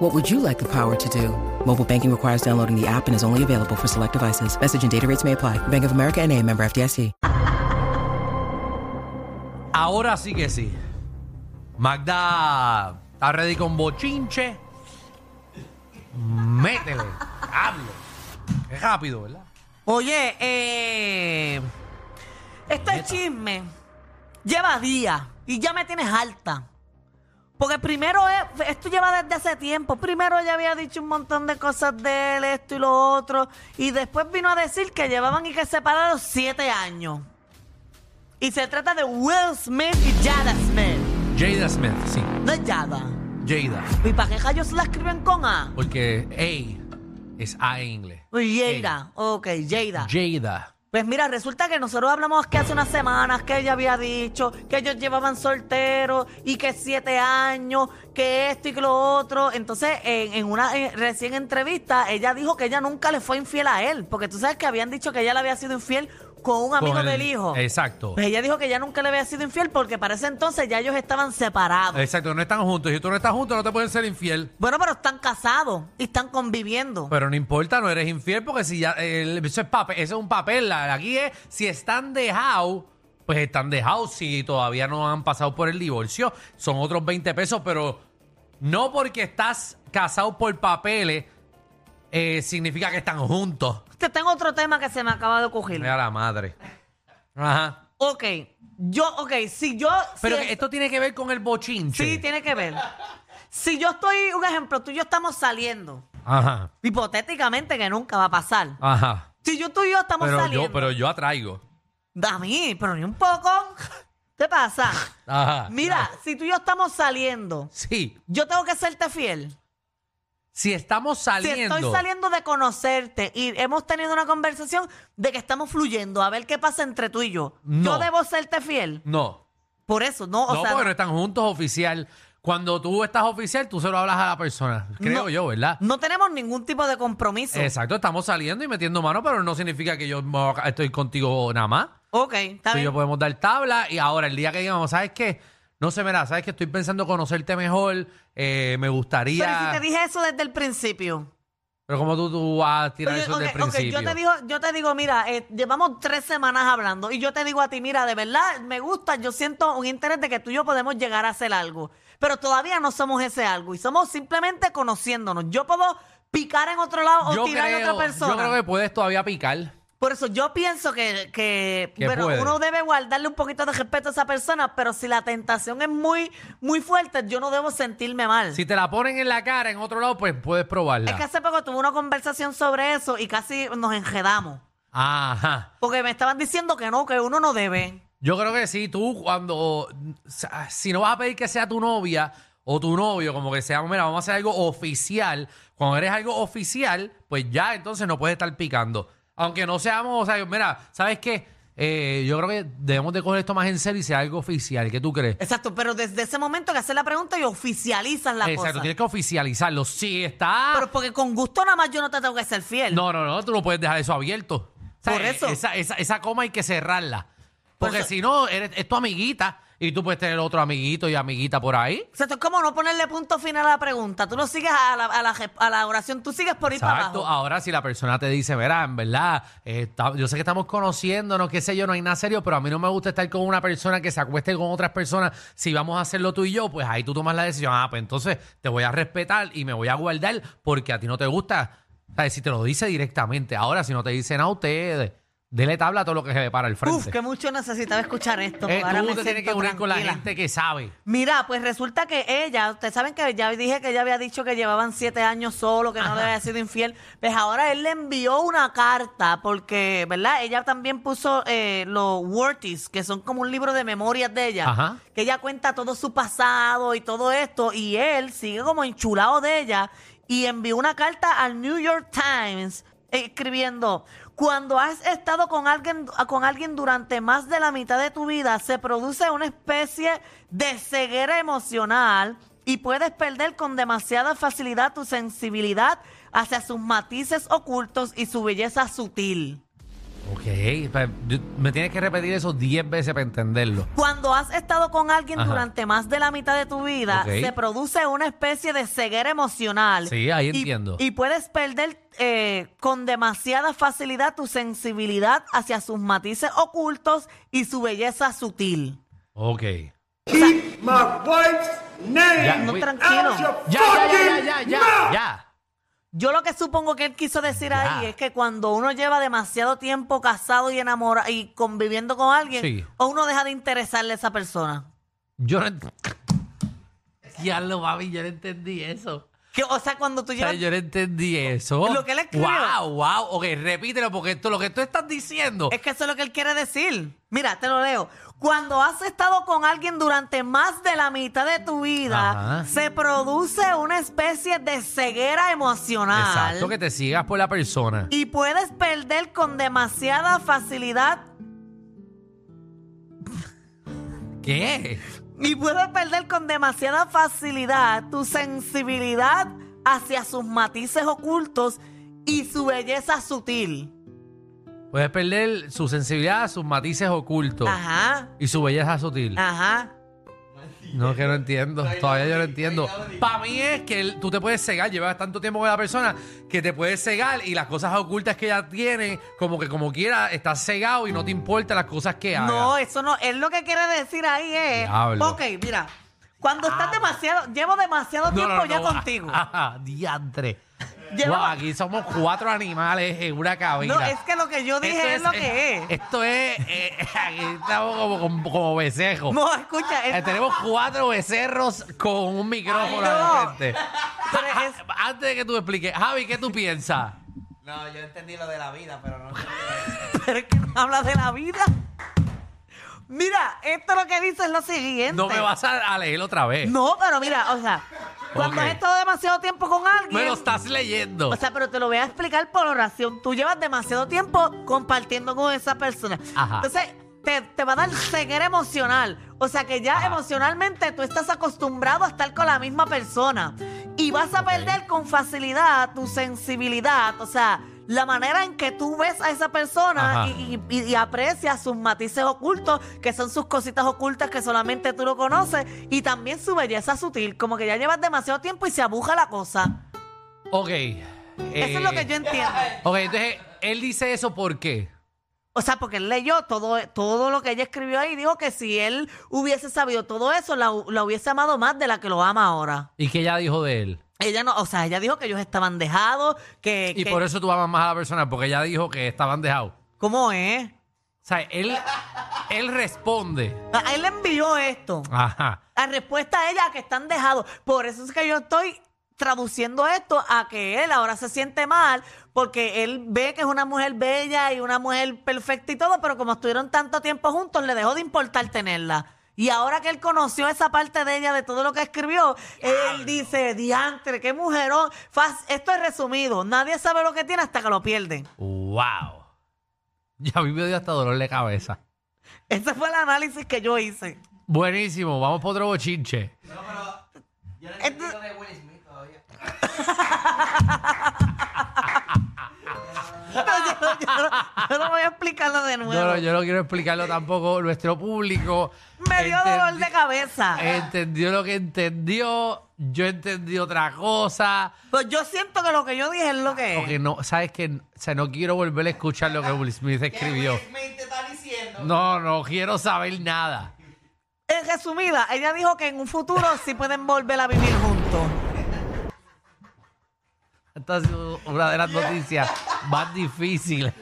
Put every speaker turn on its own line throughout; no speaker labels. What would you like the power to do? Mobile banking requires downloading the app and is only available for select devices. Message and data rates may apply. Bank of America and a member FDIC.
Ahora sí que sí. Magda está ready con bochinche. Métele. Hablo. Es rápido, ¿verdad?
Oye, eh, este chisme lleva días y ya me tienes alta. Porque primero, es- esto lleva desde hace tiempo. Primero ella había dicho un montón de cosas de él, esto y lo otro. Y después vino a decir que llevaban y que separados siete años. Y se trata de Will Smith y Jada Smith.
Jada Smith, sí.
No es Jada.
Jada.
¿Y para qué rayos la escriben con A?
Porque A es A en inglés.
Uy, Jada. Ok, Jada.
Jada.
Pues mira, resulta que nosotros hablamos que hace unas semanas que ella había dicho que ellos llevaban solteros y que siete años, que esto y que lo otro. Entonces, en, en una eh, recién entrevista, ella dijo que ella nunca le fue infiel a él, porque tú sabes que habían dicho que ella le había sido infiel con un amigo
Con el-
del hijo.
Exacto.
Pues ella dijo que ella nunca le había sido infiel porque para ese entonces ya ellos estaban separados.
Exacto, no están juntos. Si tú no estás junto, no te pueden ser infiel.
Bueno, pero están casados y están conviviendo.
Pero no importa, no eres infiel porque si ya. eh, eso es papel, eso es un papel. La- Aquí es, si están dejados, pues están dejados. Si todavía no han pasado por el divorcio, son otros 20 pesos, pero no porque estás casado por papeles, eh, significa que están juntos.
Te tengo otro tema que se me acaba de ocurrir.
Mira la madre. Ajá.
Ok, yo, ok, si yo...
Pero
si
que
es-
esto tiene que ver con el bochinche.
Sí, tiene que ver. Si yo estoy, un ejemplo, tú y yo estamos saliendo,
Ajá.
hipotéticamente que nunca va a pasar.
Ajá.
Si yo tú y yo estamos
Pero
saliendo,
yo, pero yo atraigo.
a mí, pero ni un poco. ¿Qué pasa?
Ajá.
Mira, si tú y yo estamos saliendo,
Sí.
yo tengo que serte fiel.
Si estamos
Si
saliendo.
estoy saliendo de conocerte y hemos tenido una conversación de que estamos fluyendo, a ver qué pasa entre tú y yo.
No.
Yo debo serte fiel.
No.
Por eso, no, o
no,
sea,
porque no están juntos oficial. Cuando tú estás oficial, tú se lo hablas a la persona. Creo
No.
yo, ¿verdad?
no tenemos ningún tipo de compromiso.
Exacto, estamos saliendo y metiendo mano, pero no significa que yo me voy a- estoy contigo nada más.
Ok, está
Tú y
bien.
yo podemos dar tabla y ahora el día que digamos, ¿sabes qué? No se me da, ¿sabes qué? Estoy pensando conocerte mejor, eh, me gustaría...
Pero si te dije eso desde el principio.
Pero como tú, tú vas a tirar
Oye,
eso desde el
ok, ok,
principio.
yo te digo, yo te digo, mira, eh, llevamos tres semanas hablando y yo te digo a ti, mira, de verdad me gusta, yo siento un interés de que tú y yo podemos llegar a hacer algo, pero todavía no somos ese algo y somos simplemente conociéndonos. Yo puedo picar en otro lado
Yo
o tirar en
creo-
otra persona.
yo creo que puedes todavía picar.
Por eso yo pienso que, que,
Que
bueno,
puede.
uno debe guardarle un poquito de respeto a esa persona, pero si la tentación es muy, muy fuerte, yo no debo sentirme mal.
Si te la ponen en la cara en otro lado, pues puedes probarla.
Es que hace poco tuve una conversación sobre eso y casi nos enredamos.
Ajá.
Porque me estaban diciendo que no, que uno no debe.
Yo creo que sí, tú cuando, sa- si no vas a pedir que sea tu novia o tu novio, como que sea, mira, vamos a hacer algo oficial, cuando eres algo oficial, pues ya entonces no puedes estar picando. Aunque no seamos, o sea, mira, ¿sabes qué? Eh, yo creo que debemos de coger esto más en serio y sea algo oficial. ¿Qué tú crees?
Exacto, pero desde ese momento que haces la pregunta y oficializas la
Exacto,
cosa.
tienes que oficializarlo. Si está...
Pero porque con gusto nada más yo no te tengo que ser fiel.
No, no, no, tú no puedes dejar eso abierto. eh,
Por eso.
Esa, esa- esa coma hay que cerrarla.
Por
Porque
eso-
si no, eres, es tu amiguita y tú puedes tener otro amiguito y amiguita por ahí.
Exacto, es como no ponerle punto final a la pregunta. Tú no sigues a la, a la, re- a la oración, tú sigues por ir para
Exacto. ah,
abajo.
Ahora, si la persona te dice, verá, en verdad, eh, está- yo sé que estamos conociéndonos, qué sé yo, no hay nada serio, pero a mí no me gusta estar con una persona que se acueste con otras personas. Si vamos a hacerlo tú y yo, pues ahí tú tomas la decisión. Ah, pues entonces te voy a respetar y me voy a guardar porque a ti no te gusta. O sea, si te lo dice directamente. Ahora, si no te dicen a ustedes, dele tabla a todo lo que se le para al frente.
Uf, que mucho necesitaba escuchar esto.
Eh,
Ahora
tú
me
te tienes que
siento
unir con la
tranquila.
gente que sabe.
Mira, pues resulta que ella, ustedes saben que ya dije que ella había dicho que llevaban siete años solo, que no le había sido infiel. Pues ahora él le envió una carta porque, ¿verdad? Ella también puso eh, los Worties, que son como un libro de memorias de ella.
Ajá.
Que ella cuenta todo su pasado y todo esto. Y él sigue como enchulado de ella y envió una carta al New York Times escribiendo, cuando has estado con alguien, con alguien durante más de la mitad de tu vida, se produce una especie de ceguera emocional y puedes perder con demasiada facilidad tu sensibilidad hacia sus matices ocultos y su belleza sutil.
Ok, pa- yo- me tienes que repetir eso 10 veces para entenderlo.
Cuando has estado con alguien
Ajá.
durante más de la mitad de tu vida,
Ok.
se produce una especie de ceguera emocional.
Sí, ahí
Y-
entiendo.
Y puedes perder eh, con demasiada facilidad tu sensibilidad hacia sus matices ocultos y su belleza sutil.
Ok.
Keep my wife's
Ya,
name
No,
uy,
out
tranquilo.
your
ya,
fucking
ya, ya, ya, ya,
mouth.
ya.
Yo lo que supongo que él quiso decir
Ya.
ahí es que cuando uno lleva demasiado tiempo casado y enamorado y conviviendo con alguien,
Sí.
o uno deja de interesarle a esa persona.
Yo no ent- Diablo, papi, yo no entendí eso.
Que, o sea, cuando tú
O sea,
llevas...
yo no entendí eso.
Lo que él escribió.
Wow, wow. Ok, repítelo porque esto, lo que tú estás diciendo.
Es que eso es lo que él quiere decir. Mira, te lo leo. Cuando has estado con alguien durante más de la mitad de tu vida,
Ajá.
se produce una especie de ceguera emocional.
Exacto, que te sigas por la persona.
Y puedes perder con demasiada facilidad.
¿Qué?
Y puedes perder con demasiada facilidad tu sensibilidad hacia sus matices ocultos y su belleza sutil.
Puedes perder su sensibilidad, sus matices ocultos
Ajá. Ah.
y su belleza sutil.
Ajá.
No, que no entiendo. Todavía yo no entiendo. Para mí es que el- tú te puedes cegar. Llevas tanto tiempo con la persona que te puedes cegar y las cosas ocultas que ella tiene, como que como quiera, estás cegado y no te importa las cosas que haga.
No, eso no. Él lo que quiere decir ahí es.
Diablo.
Ok, mira. Cuando estás demasiado. Llevo demasiado tiempo ya contigo.
Ah, diantre.
Lleva-
Wow, aquí somos cuatro animales en una cabina.
no, es que lo que yo
Esto
dije es, lo que es.
Esto es. eh, aquí estamos como, como, como becerros.
No, escucha.
Eh,
Es,
tenemos cuatro becerros con un micrófono
Ay,
al
no.
frente.
pero es-
Antes de que tú me expliques, Javi, ¿qué tú piensas?
No, yo entendí lo de la vida, pero no.
pero es que no habla de la vida. Mira, esto lo que dice es lo siguiente.
No me vas a, a leer otra vez.
No, pero mira, o sea, cuando
Ok.
has estado demasiado tiempo con alguien.
Me lo estás leyendo.
O sea, pero te lo voy a explicar por oración. Tú llevas demasiado tiempo compartiendo con esa persona.
Ajá.
Entonces, te, te va a dar ceguera emocional. O sea, que ya
Ajá.
emocionalmente tú estás acostumbrado a estar con la misma persona. Y vas a
Ok.
perder con facilidad tu sensibilidad. O sea, la manera en que tú ves a esa persona
Ajá.
y, y- y aprecias sus matices ocultos, que son sus cositas ocultas que solamente tú lo conoces. Y también su belleza sutil. Como que ya llevas demasiado tiempo y se abuja la cosa.
ok. eh,
Eso es lo que yo entiendo.
Ok, entonces, él dice eso por qué.
O sea, porque él leyó todo, todo lo que ella escribió ahí y dijo que si él hubiese sabido todo eso, la, hu- la hubiese amado más de la que lo ama ahora.
¿Y qué ella dijo de él?
Ella no, o sea, ella dijo que ellos estaban dejados, que...
Y
que-
por eso tú amas más a la persona, porque ella dijo que estaban dejados.
¿Cómo es?
O sea, él, él responde.
A él le envió esto.
Ajá.
La respuesta a ella a que están dejados. Por eso es que yo estoy traduciendo esto a que él ahora se siente mal porque él ve que es una mujer bella y una mujer perfecta y todo, pero como estuvieron tanto tiempo juntos, le dejó de importar tenerla. Y ahora que él conoció esa parte de ella, de todo lo que escribió, él dice, diantre, qué mujerón. Fas- Esto es resumido. Nadie sabe lo que tiene hasta que lo pierden.
¡Wow! Ya a mí me dio hasta dolor de cabeza.
Ese fue el análisis que yo hice.
Buenísimo, vamos por otro bochinche.
Yo no
entendí
entendí
lo
lo de Will Smith todavía.
yo, no- yo no- yo no voy a explicarlo de
No,
nuevo.
no, yo no quiero explicarlo tampoco. Nuestro público.
Me dio dolor de
entendi-
cabeza.
Eh. Entendió lo que entendió. Yo entendí otra cosa.
Pues yo siento que lo que yo dije es lo que es.
Porque no, ¿sabes que O sea, no quiero volver a escuchar lo que Will Smith escribió.
Will Smith te está diciendo?
No, no quiero saber nada.
En resumida, ella dijo que en un futuro sí pueden volver a vivir juntos.
Esta ha sido una de las noticias más difíciles.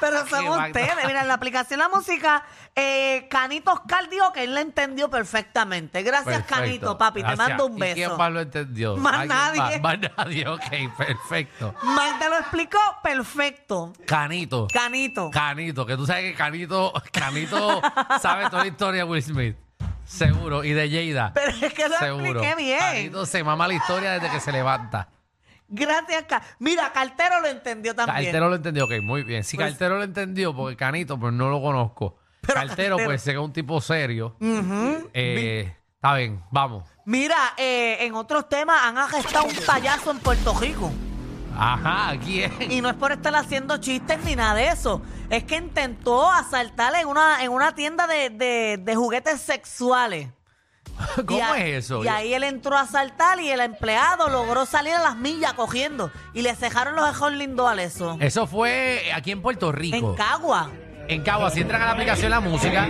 Pero son
vaina.
ustedes. Mira, en la aplicación La Música, eh, Canito Oscar dijo que él la entendió perfectamente. Gracias,
Perfecto,
Canito, papi. Te
gracias.
mando un
¿Y quién
beso.
más lo entendió?
Más
¿Alguien
nadie.
Más, Más nadie, ok, perfecto.
Magda lo explicó perfecto.
Canito.
Canito.
Canito, que tú sabes que Canito, Canito sabe toda la historia de Will Smith. Seguro. Y de Jada.
Pero es que lo
Seguro.
expliqué bien.
Canito se mama la historia desde que se levanta.
Gracias, Ca- Mira, Cartero lo entendió también.
Cartero lo entendió, ok, muy bien. Si
Pues-
Cartero lo entendió, porque Canito, pues no lo conozco.
Pero
Cartero,
Cartero-
pues sé que es un tipo serio.
Ujú.
Eh, está bien, vamos.
Mira, eh, en otros temas han arrestado un payaso en Puerto Rico.
Ajá, ¿quién?
Y no es por estar haciendo chistes ni nada de eso. Es que intentó asaltar en una, en una tienda de, de- de juguetes sexuales. Y
¿Cómo
a-
es eso?
Y ahí él entró a asaltar y el empleado logró salir a las millas cogiendo. Y le cejaron los ojos lindos al eso.
Eso fue aquí en Puerto Rico.
En Cagua.
En Cagua, si entran a la aplicación La Música,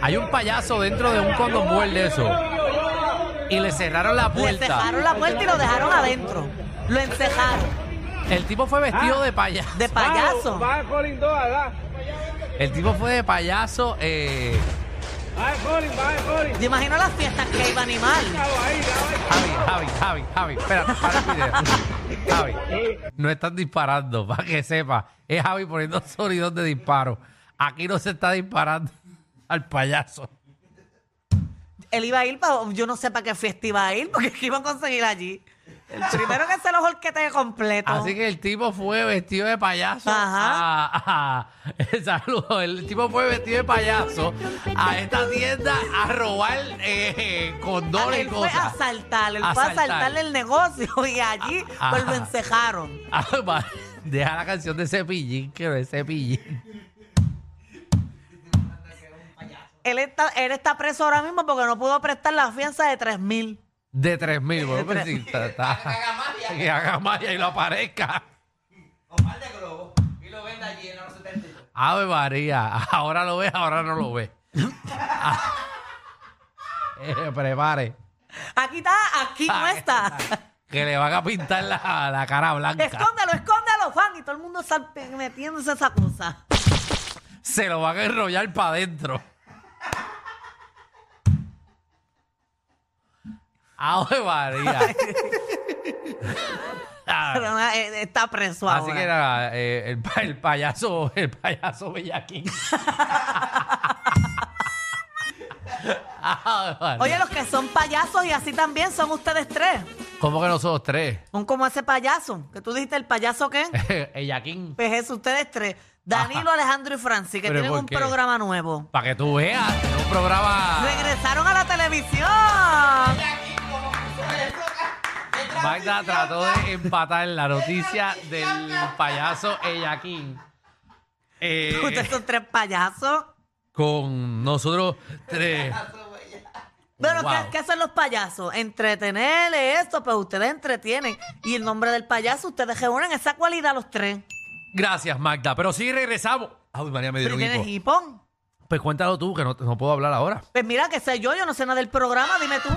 hay un payaso dentro de un condom world de eso. Y le cerraron la
Le
puerta.
cejaron la puerta y lo dejaron adentro. Lo encejaron.
El tipo fue vestido
Ah.
de payaso.
De payaso.
Vai, Colin, doa lá.
El tipo fue de payaso. eh,
Vai, Colin, vai, Colin.
Yo imagino las fiestas que iba a animar.
Aí, vai.
Javi, Javi, Javi, Javi. Espérate, para el video. Javi, no están disparando, para que sepa. Es Javi poniendo sonidos de disparo. Aquí no se está disparando al payaso.
Él iba a ir, pa- yo no sé para qué fiesta iba a ir, porque ¿qué iba a conseguir allí? El primero que se los horquete completo.
Así que el tipo fue vestido de payaso.
Ajá.
a- a- saludos. El tipo fue vestido de payaso a esta tienda a robar eh,
Ah,
condones y
él fue a
cosas.
asaltar, él fue a
Asaltar.
asaltarle el negocio y allí
Ah,
pues lo
ah.
encejaron.
Ah, va- Deja la canción de Cepillín, que no es Cepillín.
Él está, él está preso ahora mismo porque no pudo prestar la fianza de 3 mil.
De 3.000, bueno, pues sí, está- está-
Que haga magia.
Que haga magia y lo aparezca.
O par de globos. Y lo vende allí en los 70.
Ave María, ahora lo ve, ahora no lo ve. Ah. Eh, prepare,
Aquí está, aquí no
Ah,
está.
que le van a pintar la, la cara blanca.
escóndelo, escóndelo, fan. Y todo el mundo sal- metiéndose esa cosa.
Se lo van a enrollar para adentro. Ave María. Ah,
Pero nada, eh, está preso
Así
ahora.
que era eh, el, pa- el payaso, el payaso bellaquín. Ave María.
Oye, los que son payasos y así también son ustedes tres.
¿Cómo que nosotros tres?
Son como ese payaso, que tú dijiste el payaso que
Eh. Bellaquín.
pues eso, ustedes tres, Danilo, Alejandro y Franci, que
¿Pero
tienen
por
un
qué? Ah.
programa nuevo.
Para que tú veas, es un programa.
Regresaron a la televisión.
Aquí, como fue eso, de transición,
Magda trató de empatar la noticia del payaso Ellaquín. Eh,
Ustedes son tres payasos.
con nosotros tres.
Pero
Wow.
¿qué, qué hacen los payasos? Entretener esto, pues ustedes entretienen. Y el nombre del payaso, ustedes reúnen esa cualidad los tres.
Gracias, Magda. Pero sí regresamos. Ay, María, me
Pero
dieron
tienes
hipo.
hipón.
Pues cuéntalo tú, que no, no puedo hablar ahora.
Pues mira, que sé yo, yo no sé nada del programa, dime tú.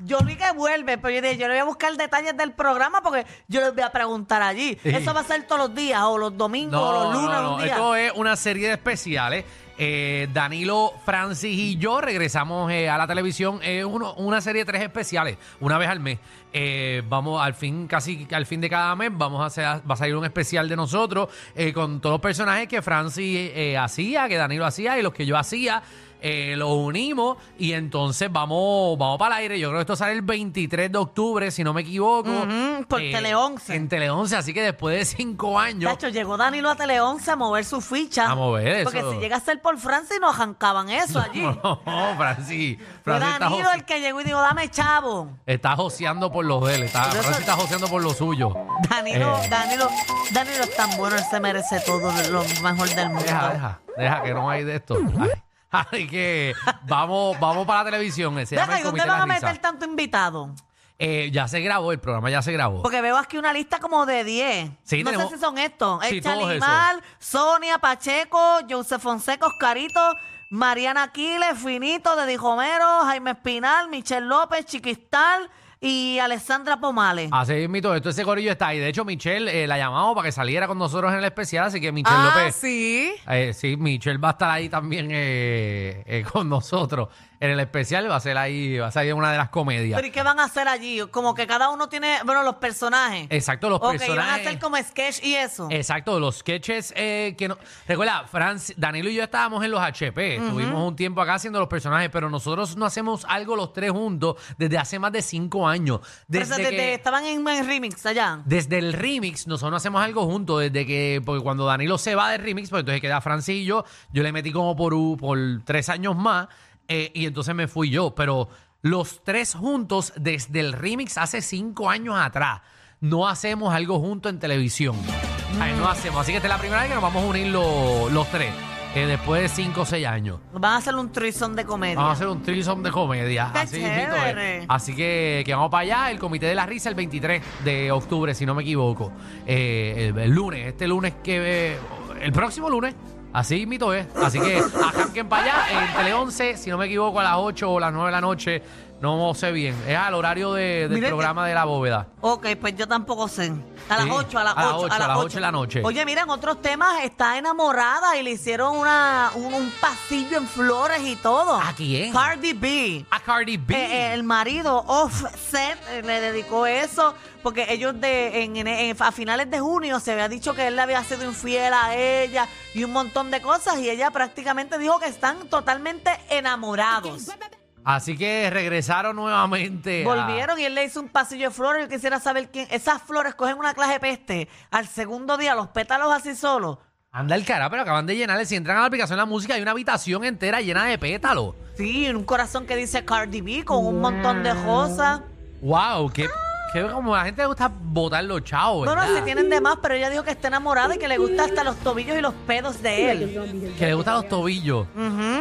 Yo vi que vuelve, pero yo dije, yo le voy a buscar detalles del programa porque yo les voy a preguntar allí.
Sí.
Eso va a ser todos los días, o los domingos, o los
No,
lunes,
no, no.
un día.
Esto es una serie de especiales. Eh, Danilo, Francis y yo regresamos eh, a la televisión. Es uno- una serie de tres especiales, una vez al mes. Eh, vamos al fin, casi al fin de cada mes, vamos a hacer, va a salir un especial de nosotros eh, con todos los personajes que Francis eh, hacía, que Danilo hacía y los que yo hacía. Eh, los unimos y entonces vamos vamos para el aire. Yo creo que esto sale el 23 de octubre, si no me equivoco. Eh,
Ujú, por Tele 11.
En Tele 11, así que después de cinco años.
Chacho, llegó Danilo a Tele 11 a mover su ficha.
A mover
Porque
eso.
si llega a ser por Francia y nos arrancaban eso allí.
No, Francis.
Fue
Francis está,
Danilo
jose-
el que llegó y dijo, dame chavo.
está joseando por los de él. Está,
Pero eso-
Francis está joseando por lo suyo.
Danilo,
Eh.
Danilo, Danilo es tan bueno, él se merece todo lo mejor del mundo.
Deja, deja, deja que no hay de esto. Ay, Así que vamos, vamos para la televisión. eh, Se
Venga,
llama el
¿y
Comité
dónde
de
van
la
a meter
Risa.
tanto invitado?
Eh, ya se grabó, el programa ya se grabó.
Porque veo aquí una lista como de 10.
Sí,
no
tenemos-
sé si son estos.
Sí,
Es
todos
Chalimal, Sonia Pacheco, Joseph Fonseca, Oscarito, Mariana Aquiles, Finito, Dedi Homero, Jaime Espinal, Michelle López, Chiquistal y Alessandra Pomales.
Así mismo, esto ese corillo está ahí. De hecho, Michelle eh, la llamamos para que saliera con nosotros en el especial, así que Michelle
ah,
López.
sí.
Eh, sí, Michelle va a estar ahí también eh, eh, con nosotros. en el especial va a ser ahí, va a ser ahí una de las comedias.
Pero ¿y qué van a hacer allí? Como que cada uno tiene, bueno, los personajes.
Exacto, los
Ok, y van a
personajes.
hacer como sketch y eso.
Exacto, los sketches eh, que no... Recuerda, Franz, Danilo y yo estábamos en los HP, estuvimos un tiempo acá haciendo los personajes, pero nosotros no hacemos algo los tres juntos desde hace más de cinco años.
Pero, o
Desde
sea, desde-
que-
estaban en, en remix allá.
Desde el remix, nosotros no hacemos algo juntos. Desde que, porque cuando Danilo se va del remix, pues entonces queda Francis y yo. Yo le metí como por, u- por tres años más eh, y entonces me fui yo. Pero los tres juntos, desde el remix hace cinco años atrás, no hacemos algo juntos en televisión. Ay, no hacemos. Así que esta es la primera vez que nos vamos a unir lo- los tres. eh, después de cinco o seis años.
Van a hacer un trison de comedia.
Vamos a hacer un threesome de comedia.
¡Qué
así, mismito es.
chévere!
así que, que vamos para allá. El Comité de la Risa el 23 de octubre, si no me equivoco. Eh, el, el lunes, este lunes que... eh, el próximo lunes. Así mito es. Así que arranquen para allá en Tele 11, si no me equivoco, a las 8 o las 9 de la noche. No sé bien. Es al horario de- del
Mira que-
programa de la bóveda.
Ok, pues yo tampoco sé. A las
Sí,
8, a las 8,
ocho, a las ocho de la noche.
Oye, mira, en otros temas está enamorada y le hicieron una, un, un pasillo en flores y todo.
¿A quién?
Cardi B.
A Cardi B.
Eh, eh, el marido Offset eh, le dedicó eso porque ellos de en, en- en- a finales de junio se había dicho que él le había sido infiel a ella y un montón de cosas y ella prácticamente dijo que están totalmente enamorados.
Así que regresaron nuevamente. a-
Volvieron y él le hizo un pasillo de flores. Yo quisiera saber quién. Esas flores cogen una clase de peste. Al segundo día, los pétalos así solos.
Anda el cara, pero acaban de llenarle. Si entran a la aplicación de la música, hay una habitación entera llena de pétalos.
Sí, un corazón que dice Cardi B con un montón de cosas.
Wow, que, que como a la gente le gusta botar los chavos,
No, no,
¿verdad?
se tienen de más, pero ella dijo que está enamorada y que le gusta hasta los tobillos y los pedos de él.
Que le gustan los tobillos.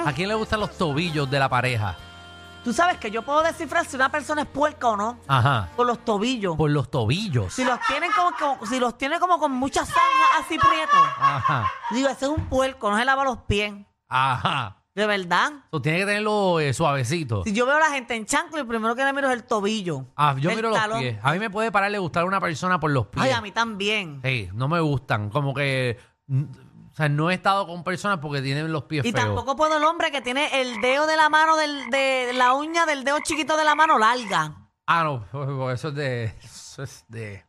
¿A quién le gustan los tobillos de la pareja?
Tú sabes que yo puedo descifrar si una persona es puerca o no
Ajá.
por los tobillos.
Por los tobillos.
Si los tienen como, como- si los tiene como con muchas zanjas así prietos.
Ajá.
Digo, ese es un puerco, no se lava los pies.
Ajá.
De verdad.
Tú tienes que tenerlo eh, suavecito.
Si yo veo a la gente en chancla, el primero que le miro es el tobillo.
Ah, yo
el
miro los
talón.
pies. A mí me puede parar de gustar una persona por los pies.
Ay, a mí también.
Sí, no me gustan. Como que. mm, O sea, no he estado con personas porque tienen los pies
Y
feos.
tampoco puedo el hombre que tiene el dedo de la mano, del, de la uña del dedo chiquito de la mano larga.
Ah, no, eso es de. Eso es de.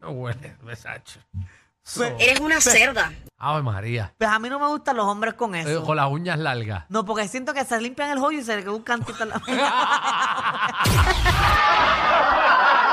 No huele, besacho.
Pues Eres una cerda.
pues, Ave María.
Pues a mí no me gustan los hombres con
Eh,
eso.
Con las uñas largas.
No, porque siento que se limpian el hoyo y se le queda un cantito en la